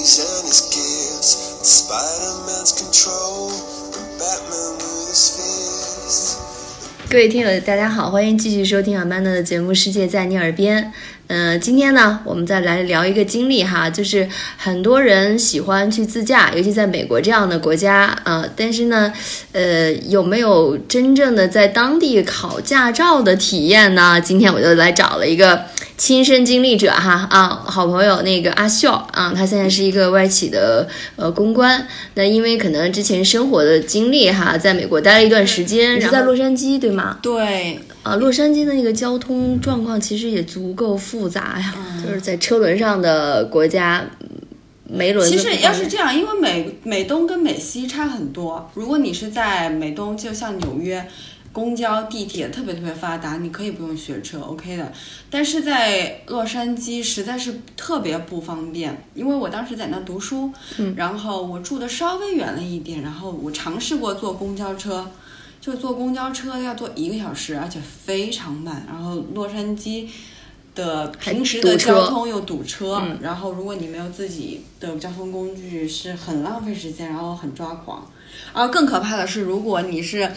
his gifts. And Spider-Man's control, and Batman with his fists. 各位听友，大家好，欢迎继续收听阿曼达的节目《世界在你耳边》。嗯、今天呢，我们再来聊一个经历哈，就是很多人喜欢去自驾，尤其在美国这样的国家，呃，但是呢，呃，有没有真正的在当地考驾照的体验呢？今天我就来找了一个亲身经历者哈啊，好朋友那个阿秀啊，他现在是一个外企的呃公关，那因为可能之前生活的经历哈，在美国待了一段时间，你嗯然是后在洛杉矶对吗？对，啊，洛杉矶的那个交通状况其实也足够复杂呀，嗯就是在车轮上的国家，嗯没轮其子实不要方是便这样，因为美美东跟美西差很多。如果你是在美东，就像纽约，公交、地铁特别特别发达，你可以不用学车，OK 的。但是在洛杉矶实在是特别不方便，因为我当时在那读书，嗯然后我住的稍微远了一点，然后我尝试过坐公交车。就坐公交车要坐一个小时，而且非常慢。然后洛杉矶的还平时堵的车嗯交通又堵车，然后如果你没有自己的交通工具，是很浪费时间，然后很抓狂。然后更可怕的是，如果你是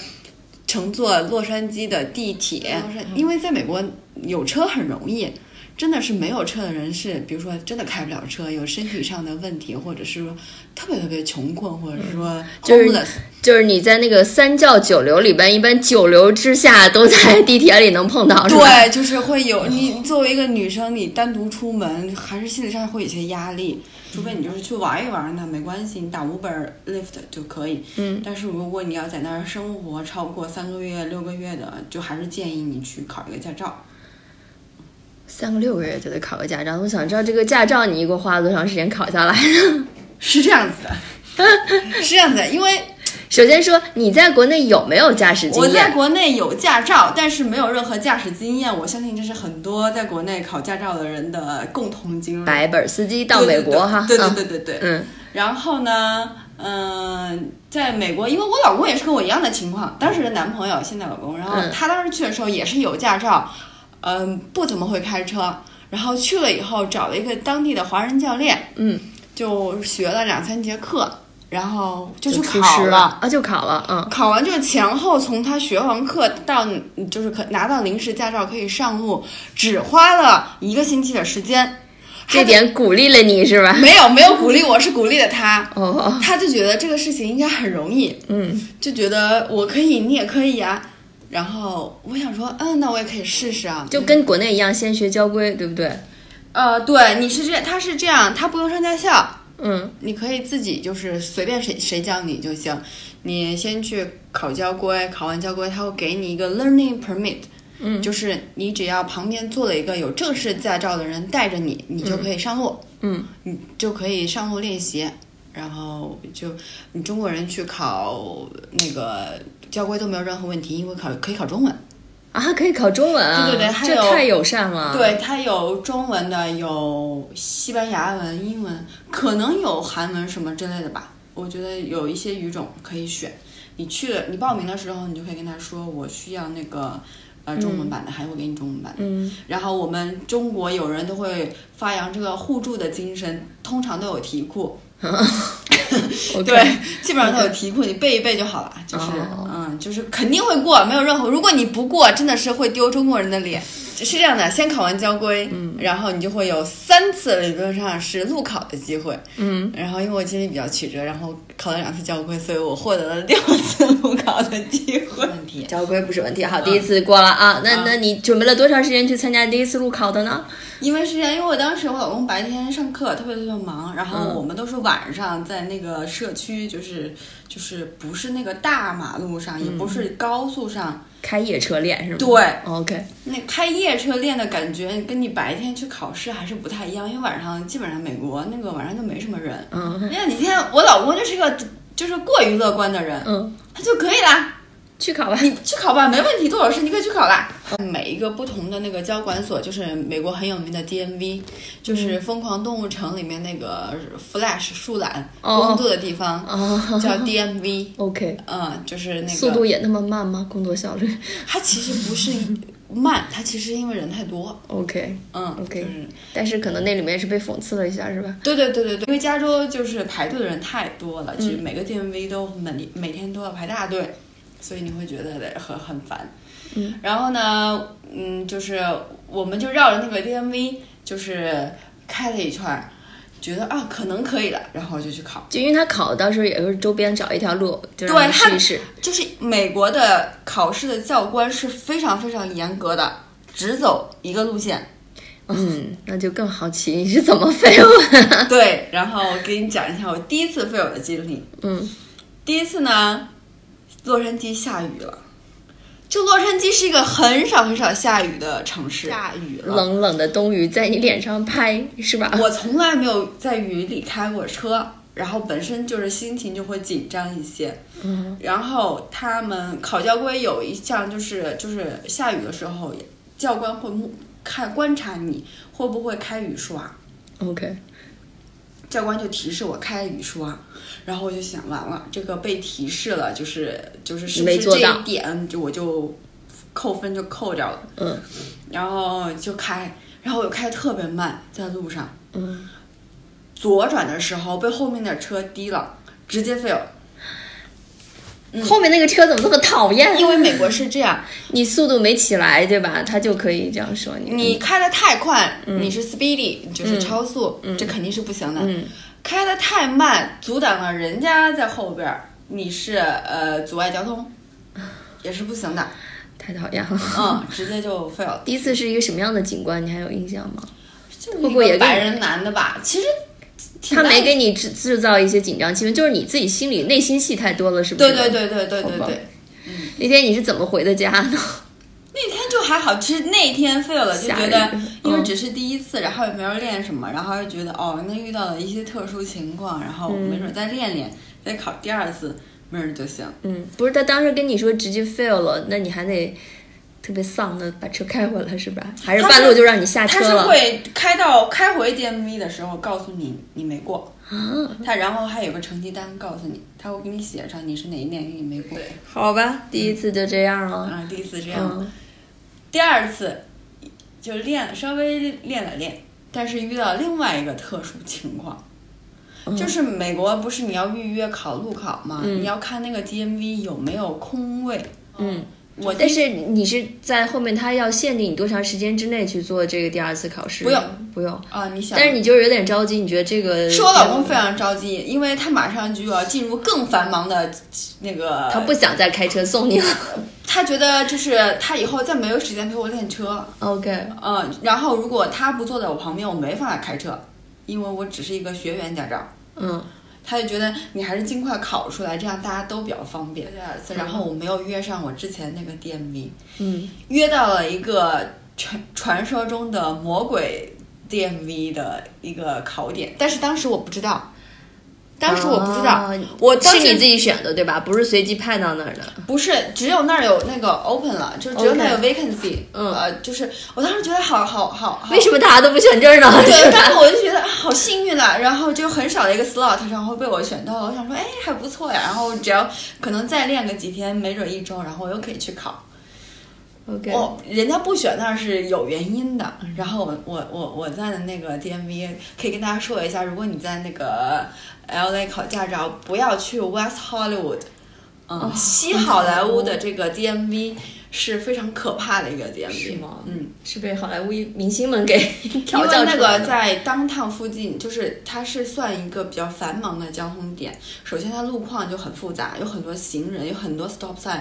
乘坐洛杉矶的地铁，因为在美国有车很容易。真的是没有车的人是，比如说真的开不了车，有身体上的问题，或者是说特别特别穷困，或者是说嗯就是 homeless 就是你在那个三教九流里边，一般九流之下都在地铁里能碰到，是吧？对，就是会有你作为一个女生，你单独出门还是心理上会有一些压力，除非你就是去玩一玩，那没关系，你打 Uber、Lyft 就可以。嗯，但是如果你要在那儿生活超过三个月、六个月的，就还是建议你去考一个驾照。三个六个月就得考个驾照，我想知道这个驾照你一共花了多长时间考下来 呢？是这样子的， 是这样子的，因为首先说你在国内有没有驾驶经我在验？国内有驾照，但是没有任何驾驶经验，我相信这是很多在国内考驾照的人的共同经历。白本司机到美国哈，对对嗯对对对，嗯，然后呢，嗯、在美国，因为我老公也是跟我一样的情况，当时的男朋友，现在老公，然后嗯他当时去的时候也是有驾照，嗯、不怎么会开车，然后去了以后找了一个当地的华人教练，嗯，就学了两三节课，然后就去出考师了。啊，就考了，嗯，考完就是前后从他学完课到你就是可拿到临时驾照可以上路，只花了一个星期的时间。这点鼓励了你是吧？没有没有鼓励我，是鼓励了他。哦，他就觉得这个事情应该很容易，嗯，就觉得我可以，你也可以啊。然后我想说，嗯，那我也可以试试啊。就跟国内一样，先学交规，对不对？呃，对，你是这，他是这样，他不用上驾校，嗯，你可以自己就是随便谁谁教你就行。你先去考交规，考完交规，他会给你一个 learning permit，嗯，就是你只要旁边坐了一个有正式驾照的人带着你，你就可以上路，嗯，你就可以上路练习。然后就你中国人去考那个交规都没有任何问题，因为考可以考中文。啊，还可以考中文啊！对对对还这有太友善了。，对，它有中文的，有西班牙文、英文，可能有韩文什么之类的吧。我觉得有一些语种可以选。你去了，你报名的时候，你就可以跟他说我需要那个呃中文版的，还会给你中文版的。嗯，然后我们中国有人都会发扬这个互助的精神，通常都有题库。 o k 对， 基本上都有题库，你背一背就好了。就是，哦嗯，就是肯定会过，没有任何。如果你不过，真的是会丢中国人的脸。是这样的，先考完交规，嗯，然后你就会有三次理论上是路考的机会，嗯，然后因为我经历比较曲折，然后考了两次交规，所以我获得了六次路考的机会。问题交规不是问题。嗯好，第一次过了啊。那那你准备了多长时间去参加第一次路考的呢？因为是这样，因为我当时我老公白天上课特别特别忙，然后嗯我们都是晚上在那个社区，就是就是不是那个大马路上，也不是高速上，开夜车练是吗？对， ，OK，那开夜车练的感觉跟你白天去考试还是不太一样，因为晚上基本上美国那个晚上就没什么人。嗯你看，你看我老公就是个就是过于乐观的人，嗯，他就可以啦，去考吧。你去考吧，没问题，多少事你可以去考啦。每一个不同的那个交管所，就是美国很有名的 DMV，就是《疯狂动物城》里面那个 Flash 树懒哦工作的地方，哦叫 DMV， ，OK，嗯，就是那个速度也那么慢吗？工作效率？ 它其实不是慢，它其实因为人太多， OK，嗯 OK 就是但是可能那里面是被讽刺了一下，是吧？对对对对对，嗯因为加州就是排队的人太多了，就是每个 DMV 都每每天都要排大队，所以你会觉得很很烦。嗯，然后呢，嗯，就是我们就绕着那个 DMV 就是开了一圈儿，觉得啊可能可以了，然后就去考。就因为他考，到时候也是周边找一条路，就让对你他试一试。就是美国的考试的教官是非常非常严格的，只走一个路线。嗯，那就更好奇你是怎么啊 fail 的。对，然后我给你讲一下我第一次 fail 的经历。嗯，第一次呢，洛杉矶下雨了。就洛杉矶是一个很少很少下雨的城市，下雨了。冷冷的冬雨在你脸上拍，是吧？我从来没有在雨里开过车，然后本身就是心情就会紧张一些。嗯，然后他们考教规有一项就是就是下雨的时候，教官会目看观察你会不会开雨刷。 OK，教官就提示我开雨刷，然后我就想完了，这个被提示了，就是就是是不没是做这到一点就我就扣分就扣掉了，嗯然后就开，然后我开得特别慢，在路上嗯，左转的时候被后面的车滴了，直接 fail，嗯后面那个车怎么这么讨厌？啊因为美国是这样，你速度没起来，对吧？他就可以这样说你。嗯你开得太快，你是 speedy 就是超速，这肯定是不行的，嗯开得太慢阻挡了人家在后边儿，你是呃阻碍 交通，也是不行的。太讨厌 了。嗯，直接就 fail 了。第一次是一个什么样的景观？你还有印象吗？就会不会也一个白跟人男的吧？其实挺他难没给你制制造一些紧张气氛，就是你自己心里内心戏太多了，是不是？对对。对对对对好吧对，那天你是怎么回的家 呢？那天就还好。其实那天 fail 了，就下觉雨得因为嗯只是第一次，然后也没有练什么，然后就觉得哦，那遇到了一些特殊情况，然后没准再练练，再考第二次，没准就行。嗯，不是，他当时跟你说直接 fail 了，那你还得特别丧的把车开回来是吧？还是他半是路就让你下他车是了？会开到开回 DMV 的时候告诉你你没过，啊，他然后还有个成绩单告诉你，他会给你写上你是哪一年你没过。好吧，第一次就这样了。啊，第一次这样。嗯，第二次就练稍微练了练，但是遇到另外一个特殊情况，嗯就是美国不是你要预约考路考吗？嗯你要看那个 DMV 有没有空位。嗯，我第但是你是在后面他要限定你多长时间之内去做这个第二次考试？不用，不用。啊、你想，但是你就是有点着急，你觉得这个是我老公非常着急，因为他马上就要进入更繁忙的那个，他不想再开车送你了。 他觉得就是他以后再没有时间陪我练车， OK，嗯，然后如果他不坐在我旁边，我没法开车，因为我只是一个学员驾照。嗯他就觉得你还是尽快考出来，这样大家都比较方便。第二次，然后我没有约上我之前那个 DMV，嗯，约到了一个传传说中的魔鬼 DMV 的一个考点，但是当时我不知道，当时我不知道，啊我当是时哦你自己选的对吧？不是随机派到那儿的。不是只有那儿有那个 open 了，就只有那儿有 OK vacancy，嗯呃，就是我当时觉得好好好好为。什么大家都不选这儿呢？ 对，是当时吧？我就觉得啊好幸运了，然后就很少的一个 slot，然后被我选到了。我想说，哎，还不错呀。然后只要可能再练个几天，没准一周，然后我又可以去考。 OK，哦，人家不选那是有原因的。嗯然后我我我我在的那个 DMV 可以跟大家说一下，如果你在那个 LA 考驾照，不要去 West Hollywood，嗯，哦 西好莱坞的这个 DMV 是非常可怕的一个 DMV。是吗嗯。是被好莱坞明星们给调因教为那出来个的在当趟附近，就是它是算一个比较繁忙的交通点。首先，它路况就很复杂，有很多行人，有很多 stop sign，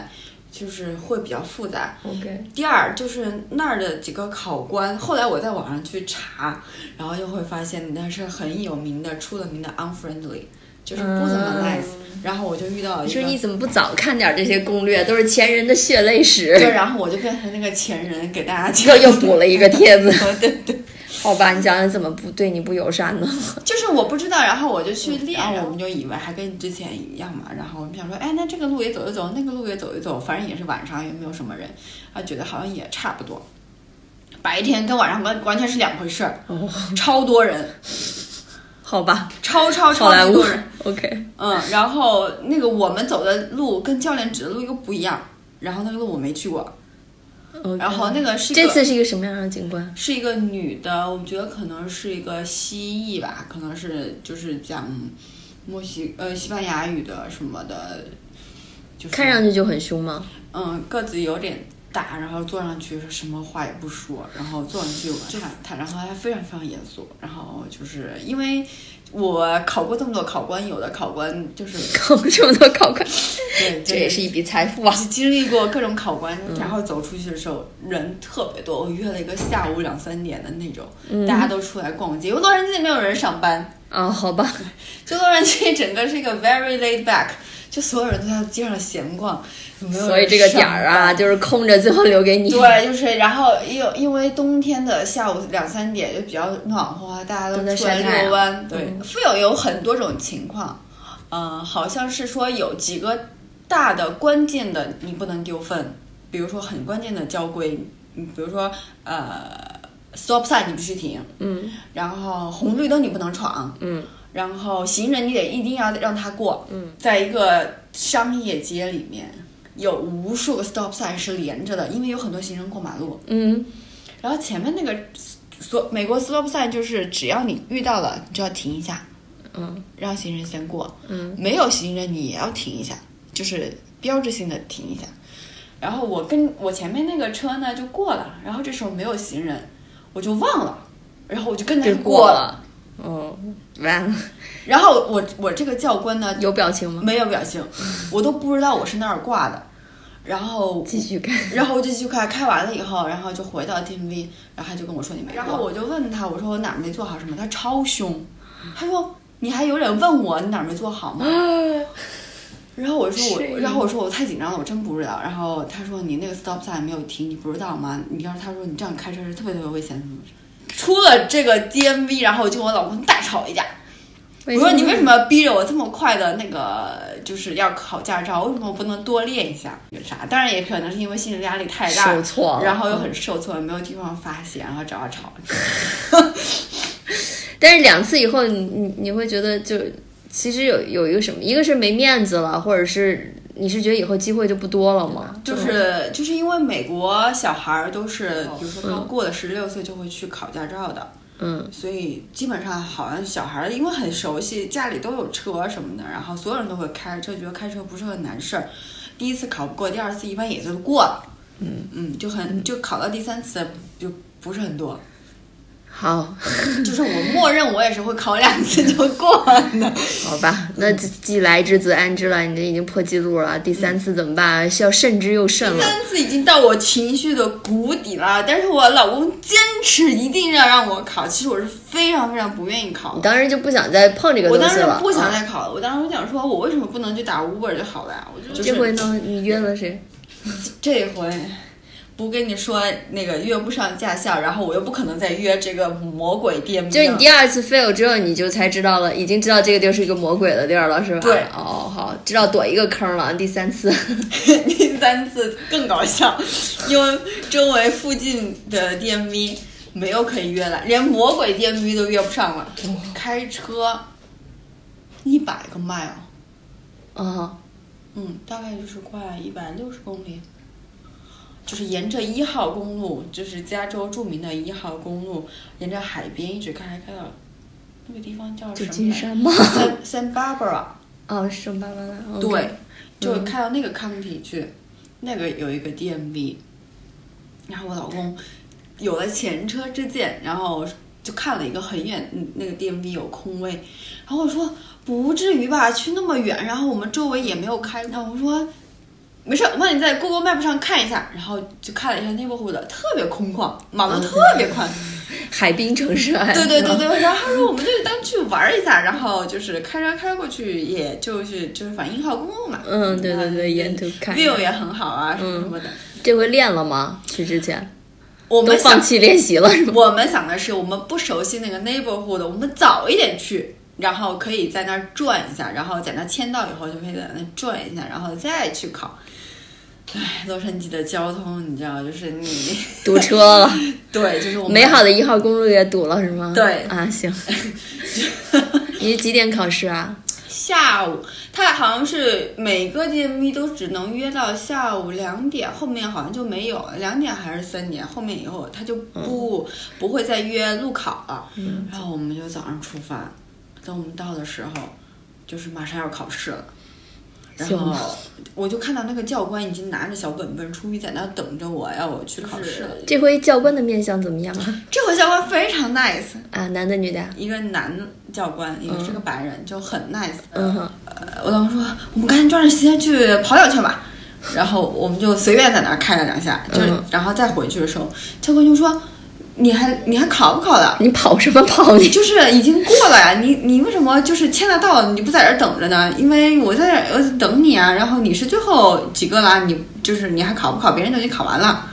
就是会比较复杂。 OK，第二就是那儿的几个考官，后来我在网上去查，然后就会发现那是很有名的、出了名的 unfriendly，就是不怎么嗯 nice、然后我就遇到一你个说，你怎么不早看点这些攻略？都是前人的血泪对，史。然后我就变成那个前人给大家又 讲，又补了一个帖子， 对对对。好吧，你讲讲怎么不对你不友善呢？ 就是我不知道，然后我就去练，嗯然后然后我们就以为还跟之前一样嘛。然后我们想说，哎，那这个路也走一走，那个路也走一走，反正也是晚上，也没有什么人，啊，觉得好像也差不多。白天跟晚上完完全是两回事儿，哦超多人，好吧，超超好超莱级坞多人。 OK，嗯，然后那个我们走的路跟教练指的路又不一样，然后那个路我没去过， OK 然后那个是一个这次是一个什么样的景观？是一个女的，我觉得可能是一个蜥蜴吧，可能是就是讲墨西呃西班牙语的什么的，就是看上去就很凶吗？ 嗯个子有点大，然后坐上去什么话也不说，然后坐上去我看他，然后他非常非常严肃，然后就是因为我考过这么多考官，有的考官 就是考这么多考官，对这也是一笔财富啊！经历过各种考官，嗯然后走出去的时候人特别多，我约了一个下午两三点的那种，嗯大家都出来逛街。因为洛杉矶没有人上班，啊，好吧，就洛杉矶整个是一个 very laid back，就所有人都在街上闲逛，没有人所以这个点儿上啊，班就是空着，最后留给你。对，就是，然后又因为冬天的下午两三点就比较暖和，啊大家都在都出来晒太阳遛弯。对，富有有很多种情况，嗯、好像是说有几个大的关键的你不能丢分，比如说很关键的交规，嗯比如说呃 stop sign 你必须停，嗯然后红绿灯你不能闯，嗯，然后行人你得一定要让他过，嗯，在一个商业街里面，有无数个 stop sign 是连着的，因为有很多行人过马路，嗯，然后前面那个所美国 stop sign 就是只要你遇到了，你就要停一下，嗯，让行人先过，嗯，没有行人你也要停一下，就是标志性的停一下。然后我跟我前面那个车呢就过了，然后这时候没有行人，我就忘了，然后我就跟着这他过了。了。哦，完了，然后我我这个教官呢有表情吗？没有表情，嗯我都不知道我是那儿挂的。然后继续看。 然后我就去开开完了以后，然后就回到 TMV，然后他就跟我说你没过。然后我就问他，我说我哪儿没做好什么？他超凶，他说你还有脸问我你哪儿没做好 吗？然后我说是我，然后我说我太紧张了，我真不知道。然后他说你那个 stop sign 没有停，你不知道吗？你要是他说你这样开车是特别特别危险的。出了这个 DMV，然后我就跟我老公大吵一架。我我说你为什么要逼着我这么快的那个就是要考驾照？为什么我不能多练一下？有啥？当然也可能是因为心理压力太大，受挫了嗯然后又很受挫，没有地方发泄，然后找他 吵。但是两次以后你，你你会觉得就其实有有一个什么，一个是没面子了，或者是你是觉得以后机会就不多了吗？就是就是因为美国小孩儿都哦是，比如说他过了十六岁就会去考驾照的，嗯，所以基本上好像小孩儿因为很熟悉，家里都有车什么的，然后所有人都会开，就觉得开车不是很难事儿。第一次考不过，第二次一般也就过了。嗯嗯，就很就考到第三次就不是很 多，好， 就是我默认我也是会考两次就过的。好吧，那既既来之则安之了，你这已经破纪录了，第三次怎么办？是要慎之又慎第了。 三次已经到我情绪的谷底了，但是我老公坚持一定要让我考，其实我是非常非常不愿意考你的。当时就不想再碰这个我东当西时了。不想啊再考了，我当时想说，我为什么不能去打 Uber 就好了呀？我就就是这回呢，你约了谁？这回不跟你说那个约不上驾校，然后我又不可能再约这个魔鬼店。就是你第二次 fail 之后，你就才知道了，已经知道这个地儿是一个魔鬼的地儿了，是吧？对哦，好，知道躲一个坑了。第三次， 第三次更搞笑，因为周围附近的 DMV 没有可以约了，连魔鬼 DMV 都约不上了。开车一百个 mile，哦，嗯，大概就是快一百六十公里。就是沿着一号公路，就是加州著名的一号公路，沿着海边一直开开到那个地方叫旧什么来着？金山吗？ San San Barbara，哦，圣巴巴拉。OK 对，就开到那个 county 去，那个有一个 DMV，然后我老公有了前车之鉴，然后就看了一个很远，嗯那个 DMV 有空位，然后我说不至于吧，去那么远，然后我们周围也没有开，然后我说。没事，我帮你在 Google Map 上看一下，然后就看了一下 neighborhood，特别空旷，马路特别宽，海滨城市爱好。对对对对，然后他说我们就当去玩儿一下，然后就是开车开过去，也就是就是反正一号公路嘛。嗯对对然后对沿途看，view 也很好啊，什么嗯什么的。这回练了吗？去之前我都们放想，弃练习了是 吗？我们想的是，我们不熟悉那个 neighborhood，我们早一点去，然后可以在那儿转一下，然后在那儿签到以后就可以在那儿转一下，然后再去考。唉，洛杉矶的交通，你知道，就是你， 堵车了，对，就是我们美 好的一号公路也堵了是吗？对啊，行。你几点考试啊？下午，他好像是每个 DMV 都只能约到下午两点，后面好像就没有了两点还是三点，后面以后他就不、不会再约路考了。然后我们就早上出发，等我们到的时候，就是马上要考试了。然行后我就看到那个教官已经拿着小本本出于在那等着我，要我去考试了。这回教官的面相怎么样啊？这回教官非常 nice，啊，男的女的啊？一个男教官，一个是个白人，就很 nice。嗯哼，呃我当时说我们赶紧抓紧时间去跑两圈吧，然后我们就随便在那儿开了两下，就、嗯然后再回去的时候，教官就说：“你还你还考不考了？”你跑什么跑你？就是已经过了呀，你你为什么就是签了到，你不在这儿等着呢？因为我在这儿我等你啊，然后你是最后几个啦，你就是你还考不考？别人都已经考完了。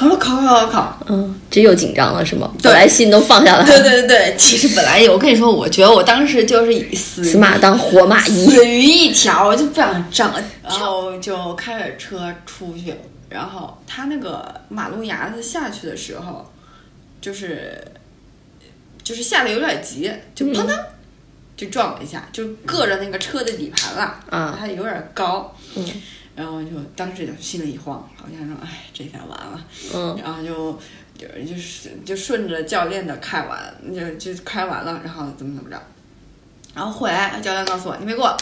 我说考考考考，嗯，这又紧张了是吗？对本来心都放下了，对对对，其实本来我跟你说，我觉得我当时就是以死死马当活马医。死鱼一条，我就不想长。然后就开着车出去，然后他那个马路牙子下去的时候，就是就是下的有点急，就砰噔、就撞了一下，就硌着那个车的底盘了。啊它有点高。嗯。然后就当时就心里一慌，我想说，哎，这下完了。嗯，然后就就就是就顺着教练的开完，就就开完了，然后怎么怎么着，然后回来教练告诉我你没过，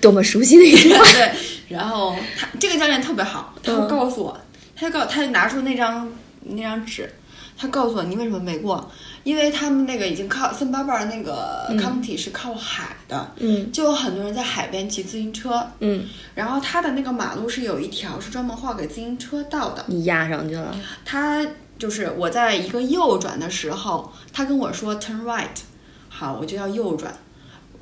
多么熟悉的一句 话。对，然后他这个教练特别好，他嗯会告诉我，他就告他就拿出那张那张纸。他告诉我你为什么没过，因为他们那个已经靠森巴巴那个 county 是靠海的，嗯就有很多人在海边骑自行车，嗯，然后他的那个马路是有一条是专门划给自行车道的，你压上去了。他就是我在一个右转的时候，他跟我说 turn right，好，我就要右转，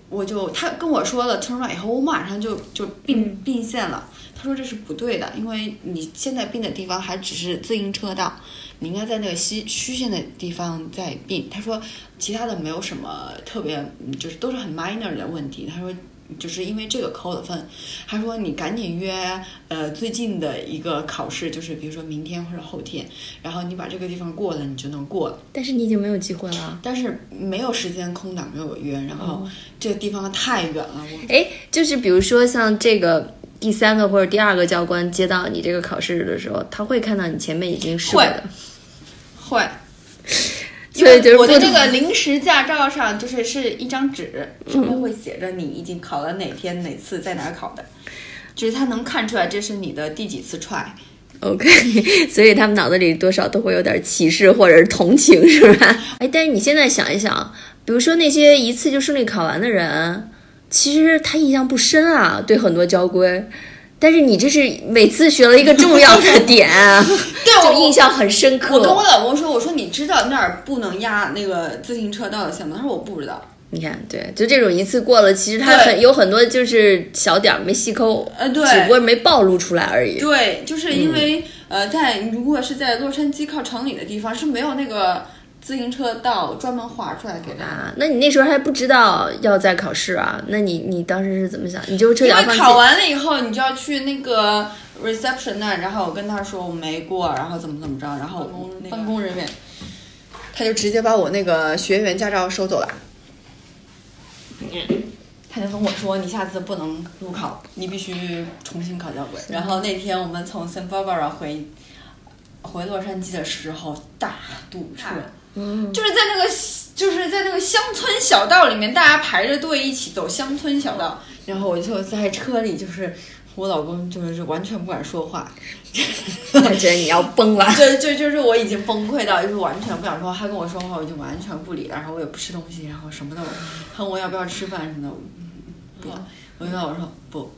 我就他跟我说了 turn right 以后，我马上就就并并线了。他说这是不对的，因为你现在并的地方还只是自行车道，你应该在那个虚虚线的地方再并。他说其他的没有什么特别，嗯就是都是很 minor 的问题。他说。就是因为这个扣的分，他说你赶紧约呃最近的一个考试，就是比如说明天或者后天，然后你把这个地方过了，你就能过了。但是你已经没有机会了啊。但是没有时间空档给我约，然后这个地方太远了，我哎，就是比如说像这个第三个或者第二个教官接到你这个考试的时候，他会看到你前面已经是会的，会。所以就是我的不这同个临时驾照上就是是一张纸，上嗯面会写着你已经考了哪天哪次在哪儿考的，就是他能看出来这是你的第几次 try。 OK，所以 他们脑子里多少都会有点歧视或者是同情，是吧？哎，但是你现在想一想，比如说那些一次就顺利考完的人，其实他印象不深啊，对很多交规。但是你这是每次学了一个重要 的点，啊对 就印象很深刻。我跟我老公说，我说你知道那儿不能压那个自行车道的线吗？他说我不知道。你看，对，就这种一次过了，其实他对很有很多就是小点儿没细抠，呃对只不过没暴露出来而已。对，就是因为、呃，在如果是在洛杉矶靠城里的地方是没有那个自行车道专门划出来给大家。啊，那你那时候还不知道要再考试啊？那你你当时是怎么想？你就车因脚为放弃考完了以后，你就要去那个 reception 那儿，然后我跟他说我没过，然后怎么怎么着，然后办公人员，他就直接把我那个学员驾照收走了。他就跟我说：“你下次不能入考，你必须重新考教规。”然后那天我们从 San Barbara 回回洛杉矶的时候，大堵车，嗯，就是在那个就是在那个乡村小道里面，大家排着队一起走乡村小道。然后我就在车里，就是我老公就是完全不敢说话， 他觉得你要崩了。就就就是我已经崩溃到就是完全不想说话，他跟我说话我就完全不理了，然后我也不吃东西，然后什么都，他问我要不要吃饭什么的，我不，我就跟我说不，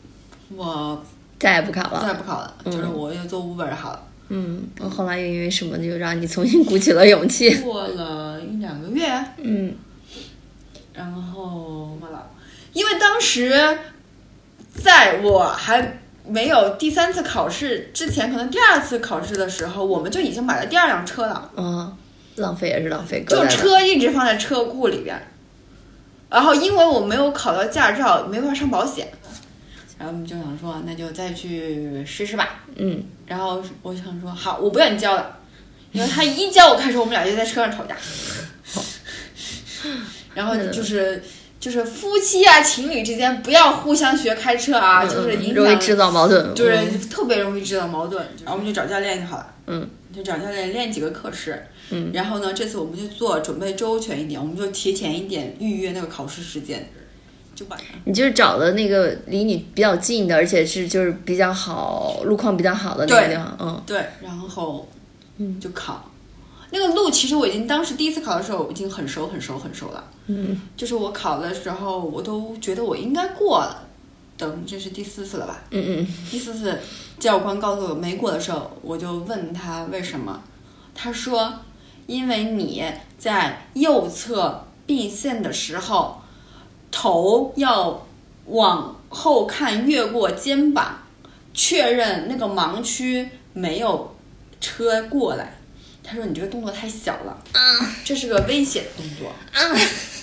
我再也不考再也了。不考了，就是我就做 Uber 好了。嗯，我后来又因为什么就让你重新鼓起了勇气。过了一两个月，嗯，然后我老，因为当时在我还没有第三次考试之前，可能第二次考试的时候，我们就已经买了第二辆车了，哦，浪费也是浪费，搁就在这儿车一直放在车库里边儿。然后因为我没有考到驾照，没法上保险，然后我们就想说，那就再去试试吧。嗯，然后我想说，好，我不要你教了，因为他一教我开始，我们俩就在车上吵架。然后就是就就是夫妻啊、情侣之间不要互相学开车啊，就是影嗯容易响制造矛盾。对，嗯特别容易制造矛盾。然后我们就找教练就好了。嗯，就找教练练几个课时。嗯，然后呢，这次我们就做准备周全一点，我们就提前一点预约那个考试时间，就晚上。你就是找的那个离你比较近的，而且是就是比较好路况比较好的那个对地方。嗯，对，然后嗯就考。那个路其实我已经当时第一次考的时候我已经很熟很熟很熟了，嗯，就是我考的时候我都觉得我应该过了，等这是第四次了吧？嗯嗯，第四次教官告诉我没过的时候，我就问他为什么，他说因为你在右侧并线的时候，头要往后看，越过肩膀，确认那个盲区没有车过来。他说你这个动作太小了，嗯这是个危险的动作。嗯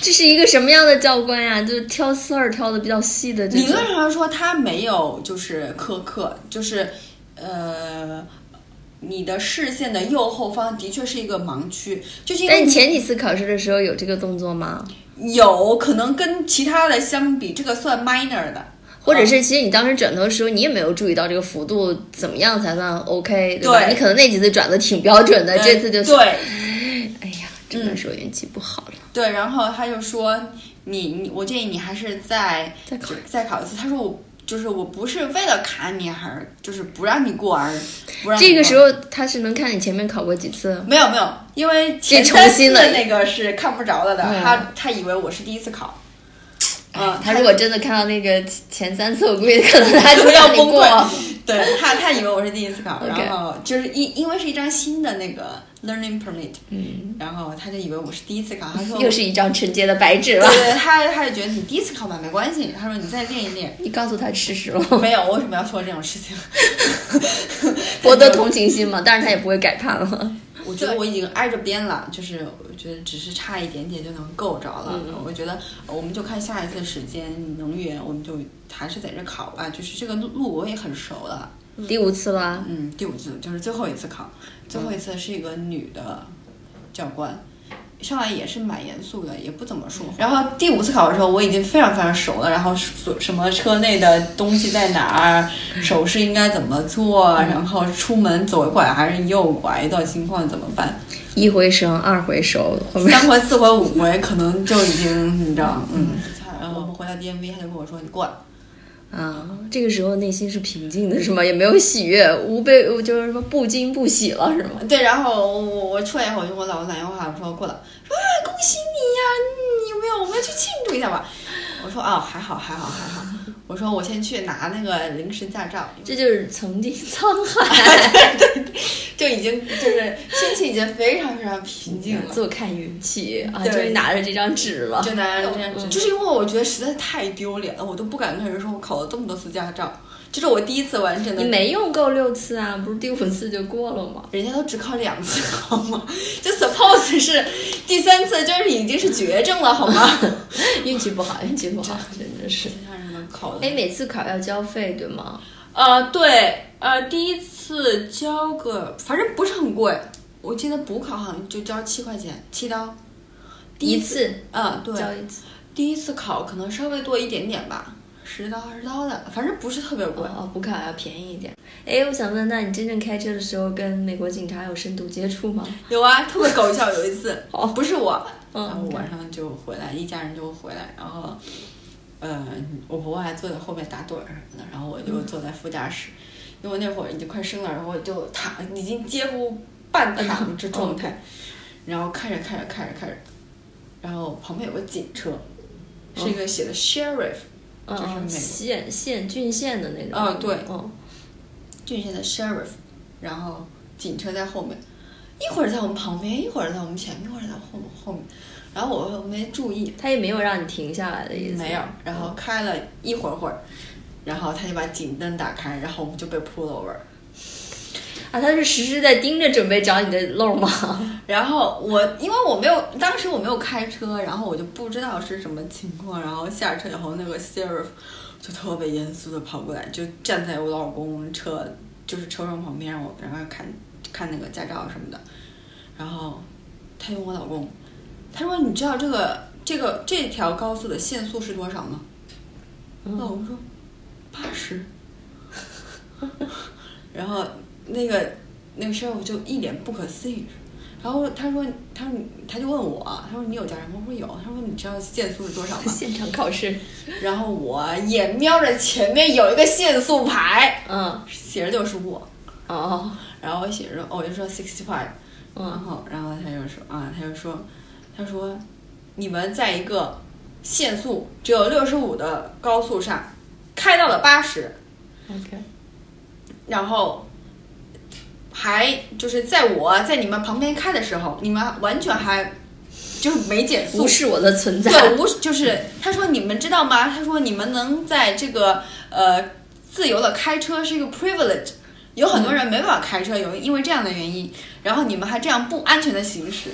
这是一个什么样的教官呀？就是挑刺儿挑的比较细的这理种。论上来说，他没有就是苛刻，就是呃，你的视线的右后方的确是一个盲区，就是因为但你你前几次考试的时候有这个动作吗？有可能跟其他的相比，这个算 minor 的。或嗯者是其实你当时转头的时候，你也没有注意到这个幅度怎么样才算 OK，对吧？对你可能那几次转的挺标准的，这次就是对嗯哎呀，真的是我运气不好了。对，然后他就说你你，我建议你还是再再考再考一次。他说我就是我不是为了卡你而就是不让你过而不让你这个过时候他是能看你前面考过几次，没有没有，因为这前重三新次了的那个是看不着的的，嗯他他以为我是第一次考，嗯，他如果真的看到那个前三次，我估计可能他就让 要你崩过。溃，对他他以为我是第一次考， OK 然后就是因因为是一张新的那个 learning permit，嗯，然后他就以为我是第一次考，他说又是一张纯洁的白纸了对。对，他他就觉得你第一次考吧没关系，他说你再练一 练。你告诉他事实了， 没有，我为什么要说这种事情？ 博得同情心嘛，但是他也不会改判了。我觉得我已经挨着边了，就是我觉得只是差一点点就能够着了。我觉得呃我们就看下一次时间能源，我们就还是在这考吧。就是这个路我也很熟了。第五次了，嗯，第五次就是最后一次考，最后一次是一个女的教官，上来也是蛮严肃的，也不怎么说话。然后第五次考的时候，我已经非常非常熟了，然后所什么车内的东西在哪 儿，手势应该怎么做，然后出门左拐还是右拐，遇到情况怎么办，一回生，二回熟，后面 三回、四回、五回可能就已经你知道，嗯。然后我们回到 DMV，他就跟我说：“你过来。”啊，这个时候内心是平静的，是吗？也没有喜悦，无悲，就是什么不惊不喜了，是吗？对，然后我我我出来以后，我就给我老公打电话，我说过来，说啊恭喜你呀、你有没有我们去庆祝一下吧？我说啊、还好还好还好，我说我先去拿那个临时驾照，这就是曾经沧海，就已经就是心情已经非常非常平静了。坐看云起啊！对终于拿着这张纸了，就拿着这样子，就是因为我觉得实在太丢脸了，我都不敢跟人说我考了这么多次驾照，这是我第一次完整的。你没用够六次啊，不是第五次就过了吗？人家都只考两次，好吗？ 就 suppose 是第三次，就是已经是绝症了，好 吗？ 运气不好，运气不好， 真的是。让人能考的哎，每次考要交费对吗？呃，对，呃，第一次交个，反正不是很贵，我记得补考好像就交七块钱，七刀。第一次，次啊、对，交一次，第一次考可能稍微多一点点吧，十刀二十刀的，反正不是特别贵。哦，补考要便宜一点。哎，我想问，那你真正开车的时候跟美国警察有深度接触吗？ 有啊，特别搞笑，有一次，哦不是我，嗯然后晚上就回来，一家人就回来，然后，呃，我婆婆还坐在后面打盹儿什么的，然后我就坐在副驾驶，因为那会儿已经快生了，然后我就躺，已经几乎半躺这状态，然后看着看着看着看着，然后旁边有个警车，是一个写的 sheriff，嗯就是美嗯，国县县郡县的那种。啊对嗯，郡县的 sheriff，然后警车在后面，一会儿在我们旁边，一会儿在我们前面，一会儿在后后面，然后我没注意。他也没有让你停下来的意思。嗯没有，然后开了一会儿会儿，然后他就把警灯打开，然后我们就被 pull over。啊，他是实时在盯着准备找你的漏 吗？然后我因为我没有当时我没有开车，然后我就不知道是什么情况，然后下车以后那个 sheriff 就特别严肃的跑过来，就站在我老公车就是车窗旁边，让我让他看看那个驾照什么的，然后他问我老公，他说你知道这个这个这条高速的限速是多少吗？老公说八十， 然后那个那个师傅就一脸不可思议，然后他说他说你他就问我，他说你有驾照吗？我说有，他说你知道限速是多少吗？现场考试，然后我也瞄着前面有一个限速牌，嗯，写着六十五，哦，然后我写着哦我就说 sixty five，嗯然后然后他就说啊，他就说，他说你们在一个限速只有六十五的高速上开到了八十， ，OK，然后还就是在我在你们旁边开的时候，你们完全还就是没减速无，视我的存在，对，无就是他说你们知道吗？他说你们能在这个呃自由的开车是一个 privilege，有很多嗯人没办法开车，有因为这样的原因，然后你们还这样不安全的行驶，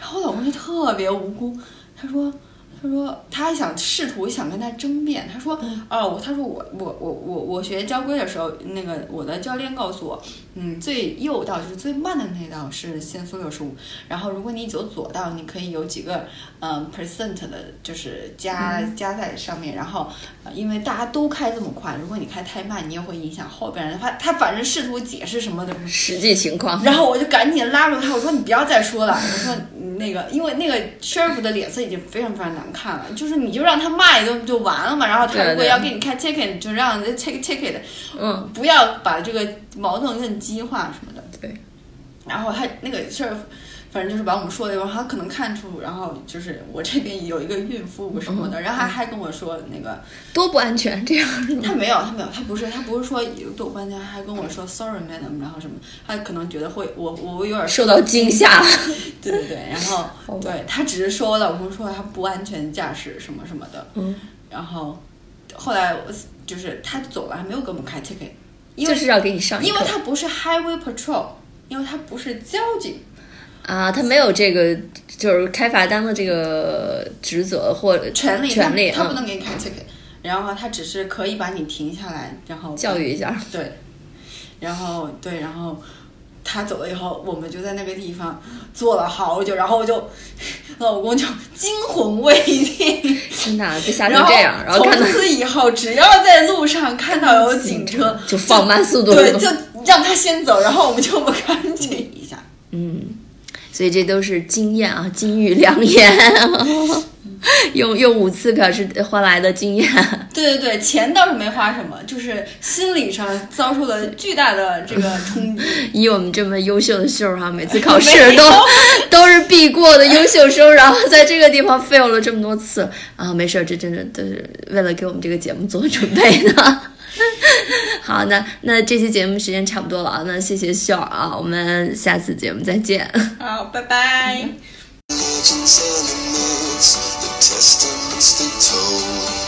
然后我老公就特别无辜，他说。他说，他还想试图想跟他争辩。他说，哦，我他说我我我我我学交规的时候，那个我的教练告诉我，嗯，最右道就是最慢的那道是限速六十五，然后如果你走左道，你可以有几个嗯 percent 的，就是加、加在上面。然后、呃因为大家都开这么快，如果你开太慢，你也会影响后边人。他他反正试图解释什么的，实际情况，然后我就赶紧拉住他，我说你不要再说了，我说嗯那个，因为那个 sheriff 的脸色已经非常非常难看了，就是你就让他骂一顿就完了嘛，然后他对如果对要给你开 ticket，你就让人家 take ticket，嗯，不要把这个矛盾更激化什么的。对。然后他那个 sheriff，反正就是把我们说的地方，他可能看出，然后就是我这边有一个孕妇什么的，嗯然后他还跟我说那个。多不安全，这样是吗？他没有，他没有，他不是，他不是说有多搬家，还跟我说 sorry madam，然后什么，他可能觉得会我我有点受到惊吓，对对对，然 好后吧对他只是说我老公说他不安全驾驶什么什么的，嗯，然后后来我就是他走了还没有给我们开 ticket，因为、就是要给你上一因为课他不是 highway patrol，因为他不是交警，啊，他没有这个就是开罚单的这个职责或权利权利他他嗯，不能给你开 ticket，然后他只是可以把你停下来，然后教育一下，对，然后对，然后他走了以后，我们就在那个地方坐了好久，然后我就 老公就惊魂未定。真的被吓成这样，然后看到从此以后，只要在路上看到有警车，就放慢速度，对，就让他先走，然后我们就赶紧一下。嗯，所以这都是经验啊，金玉良言， 用用五次表示换来的经验，对对对，钱倒是没花什么，就是心理上遭受了巨大的这个冲击。 以我们这么优秀的秀儿哈、每次考试都都是必过的优秀生，然后在这个地方 fail 了这么多次啊，没事儿，这真的都是为了给我们这个节目做准备的。好，那那这期节目时间差不多了啊，那谢谢秀儿啊，我们下次节目再见。好，拜拜。 Legends and the myths, the testaments they told,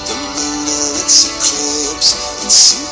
the moon and its eclipse, and see